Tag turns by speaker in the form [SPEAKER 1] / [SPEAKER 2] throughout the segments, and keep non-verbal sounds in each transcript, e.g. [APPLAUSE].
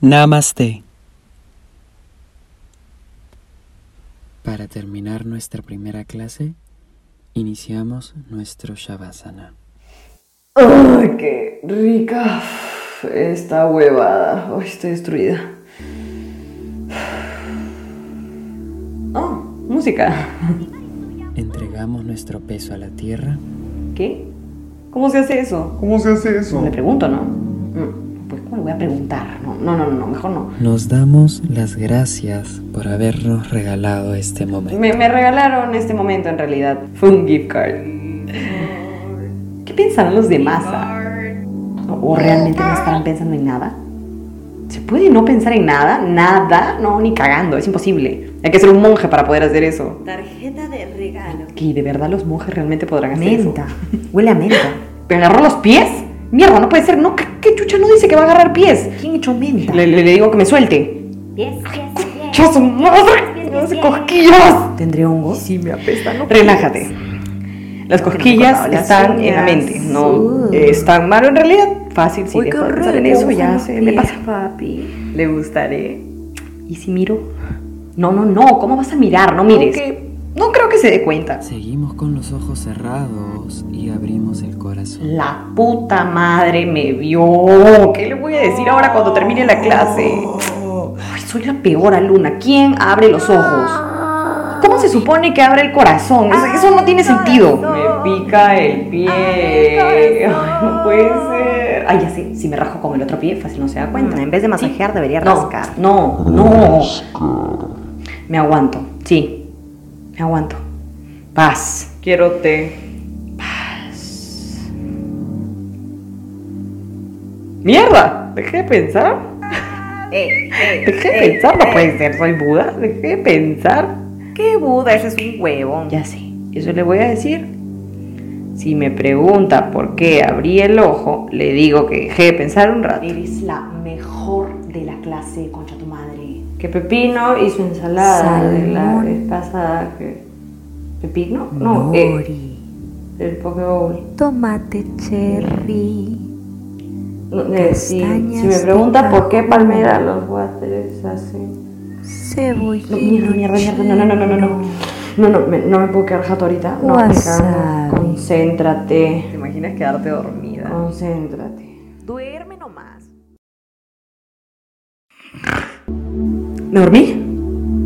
[SPEAKER 1] Namaste.
[SPEAKER 2] Para terminar nuestra primera clase, iniciamos nuestro Shavasana.
[SPEAKER 3] ¡Ay, qué rica! Esta huevada. Ay, estoy destruida. Oh, música.
[SPEAKER 2] Entregamos nuestro peso a la tierra.
[SPEAKER 3] ¿Qué? ¿Cómo se hace eso?
[SPEAKER 4] ¿Cómo se hace eso?
[SPEAKER 3] Le pregunto, ¿no? Mm, Pues, ¿cómo le voy a preguntar? No, no, no, no, mejor no.
[SPEAKER 2] Nos damos las gracias por habernos regalado este momento.
[SPEAKER 3] Me, me regalaron este momento, en realidad. Fue un gift card. ¿Qué pensarán los demás? ah? ¿O o realmente no estarán pensando en nada? ¿Se puede no pensar en nada? ¿Nada? No, ni cagando, es imposible. Hay que ser un monje para poder hacer eso.
[SPEAKER 5] Tarjeta de regalo.
[SPEAKER 3] ¿Y de verdad los monjes realmente podrán hacer
[SPEAKER 5] Menta.
[SPEAKER 3] eso?
[SPEAKER 5] Huele a menta.
[SPEAKER 3] [LAUGHS] ¿Pero le agarró los pies? Mierda, no puede ser. No, ¿qué, qué chucha no dice que va a agarrar pies?
[SPEAKER 5] ¿Quién echó menta?
[SPEAKER 3] Le, le- le digo que me suelte.
[SPEAKER 6] Yes, yes, yes.
[SPEAKER 3] ¡Yo su madre! ¡Me hace cosquillas!
[SPEAKER 5] ¿Tendré hongos?
[SPEAKER 3] Sí, me apesta. Relájate. Las cosquillas
[SPEAKER 5] recordaba las
[SPEAKER 3] están en la
[SPEAKER 5] uñas.
[SPEAKER 3] mente. No
[SPEAKER 5] Uh.
[SPEAKER 3] eh, es tan malo en realidad. Fácil, sí.
[SPEAKER 5] Uy, qué
[SPEAKER 3] después de
[SPEAKER 5] rico.
[SPEAKER 3] pensar en eso ya se me
[SPEAKER 5] pies,
[SPEAKER 3] pasa.
[SPEAKER 5] papi.
[SPEAKER 3] Le gustaré. ¿Y si miro? No, no, no. ¿Cómo vas a mirar? No mires. No creo que se dé cuenta.
[SPEAKER 2] Seguimos con los ojos cerrados y abrimos el corazón.
[SPEAKER 3] La puta madre me vio. ¿Qué le voy a decir ahora cuando termine la clase? Ay, soy la peor alumna. ¿Quién abre los ojos? ¿Cómo se supone que abre el corazón? Eso, eso no tiene sentido. Me pica el pie. Ay, no puede ser. Ay, ya sé. Si me rajo con el otro pie, fácil no se da cuenta.
[SPEAKER 5] En vez de masajear, debería
[SPEAKER 3] No,
[SPEAKER 5] rascar.
[SPEAKER 3] no, no. Me aguanto, sí. Me aguanto. Paz. Quiero té. Paz. ¡Mierda! Dejé de pensar.
[SPEAKER 5] Eh,
[SPEAKER 3] Dejé de pensar, no puede ser, soy Buda. Dejé de pensar.
[SPEAKER 5] ¿Qué Buda? Ese es un huevón.
[SPEAKER 3] Ya sé, eso le voy a decir. Si me pregunta por qué abrí el ojo, le digo que dejé de pensar un rato.
[SPEAKER 6] Eres la mejor de la clase, concha tu madre.
[SPEAKER 3] Que Pepino y su ensalada de la
[SPEAKER 5] Salmón.
[SPEAKER 3] vez pasada que. ¿Pepino? No, eh, el poke bowl.
[SPEAKER 7] Tomate cherry.
[SPEAKER 3] No, eh, si,
[SPEAKER 7] Castañas
[SPEAKER 3] si me
[SPEAKER 7] de
[SPEAKER 3] pregunta por qué
[SPEAKER 7] cajón.
[SPEAKER 3] palmera los guatres así. No, mierda,
[SPEAKER 7] Cebollita.
[SPEAKER 3] mierda, mierda, no, no, no, no, no, no. No, no, me, no me puedo quedar jato ahorita. No, me cago.
[SPEAKER 7] Wasabi.
[SPEAKER 3] Concéntrate. ¿Te imaginas quedarte dormida? Concéntrate.
[SPEAKER 5] Duerme nomás.
[SPEAKER 3] ¿Me dormí?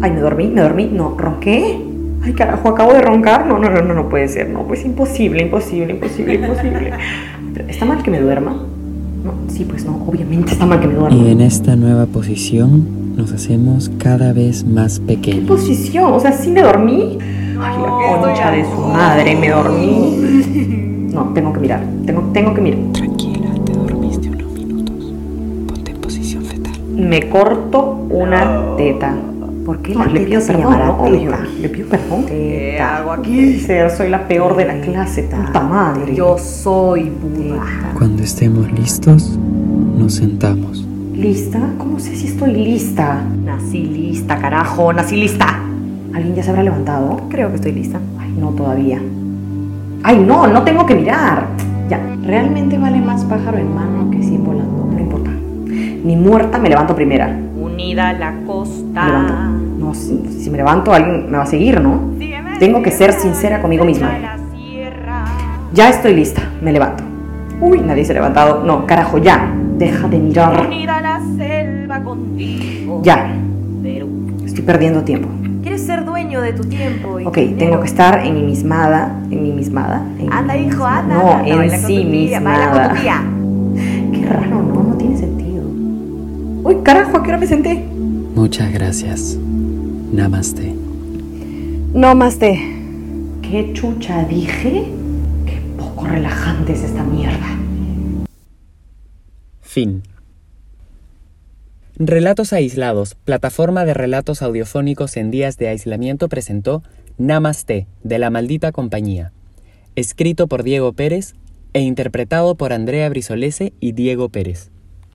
[SPEAKER 3] Ay, me dormí, me dormí. No, ronqué. Ay, carajo, acabo de roncar. No, no, no, no, no puede ser. No, pues imposible, imposible, imposible, imposible. [LAUGHS] Pero, ¿Está mal que me duerma? No, sí, pues no, obviamente está mal que me duerma.
[SPEAKER 2] Y en esta nueva posición nos hacemos cada vez más
[SPEAKER 3] ¿Qué
[SPEAKER 2] pequeños.
[SPEAKER 3] posición? O sea, sí me dormí. Ay, la concha de su madre, me dormí. No, tengo que mirar, tengo, tengo que mirar.
[SPEAKER 2] Tranquila, te dormiste unos minutos. Ponte en posición fetal.
[SPEAKER 3] Me corto una teta.
[SPEAKER 5] ¿Por qué
[SPEAKER 3] No,
[SPEAKER 5] la
[SPEAKER 3] le
[SPEAKER 5] teta
[SPEAKER 3] pido
[SPEAKER 5] se
[SPEAKER 3] perdón,
[SPEAKER 5] llamará
[SPEAKER 3] ¿no? Obvio,
[SPEAKER 5] teta?
[SPEAKER 3] le pido perdón.
[SPEAKER 5] ¿Qué hago
[SPEAKER 3] aquí? Soy la peor de la clase, puta madre.
[SPEAKER 5] Yo soy Buda.
[SPEAKER 2] Cuando estemos listos, nos sentamos.
[SPEAKER 3] ¿Lista? ¿Cómo sé si estoy lista?
[SPEAKER 5] Nací lista, carajo. Nací lista.
[SPEAKER 3] ¿Alguien ya se habrá levantado?
[SPEAKER 5] Creo que estoy lista.
[SPEAKER 3] Ay, no, todavía. Ay, no, no tengo que mirar. Ya, realmente vale más pájaro en mano que 100 volando. No importa. Ni muerta me levanto primera. Me
[SPEAKER 5] Unida la
[SPEAKER 3] levanto.
[SPEAKER 5] costa.
[SPEAKER 3] No, si, si me levanto alguien me va a seguir, ¿no? Tengo que ser sincera conmigo misma. Ya estoy lista, me levanto. Uy, nadie se ha levantado. No, carajo, ya. Deja de mirar.
[SPEAKER 5] Unida la selva contigo.
[SPEAKER 3] Ya,
[SPEAKER 5] Perú.
[SPEAKER 3] estoy perdiendo tiempo.
[SPEAKER 5] ¿Quieres ser dueño de tu tiempo? y
[SPEAKER 3] Ok,
[SPEAKER 5] tu dinero?
[SPEAKER 3] tengo que estar en mi mismada, en mi mismada. en
[SPEAKER 5] Anda,
[SPEAKER 3] mi
[SPEAKER 5] hijo,
[SPEAKER 3] misma-
[SPEAKER 5] anda.
[SPEAKER 3] No,
[SPEAKER 5] anda,
[SPEAKER 3] en
[SPEAKER 5] baila con
[SPEAKER 3] sí
[SPEAKER 5] tu tía, Baila con
[SPEAKER 3] mismada.
[SPEAKER 5] tu tía.
[SPEAKER 3] Qué raro, ¿no? No tiene sentido. Uy, carajo, ¿a qué hora me senté?
[SPEAKER 2] Muchas gracias. Namaste.
[SPEAKER 3] No masté. ¿Qué chucha dije? Qué poco relajante es esta mierda.
[SPEAKER 8] Fin. Relatos aislados, plataforma de relatos audiofónicos en días de aislamiento presentó Namaste, de la maldita compañía. Escrito por Diego Pérez e interpretado por Andrea Brisolese y Diego Pérez.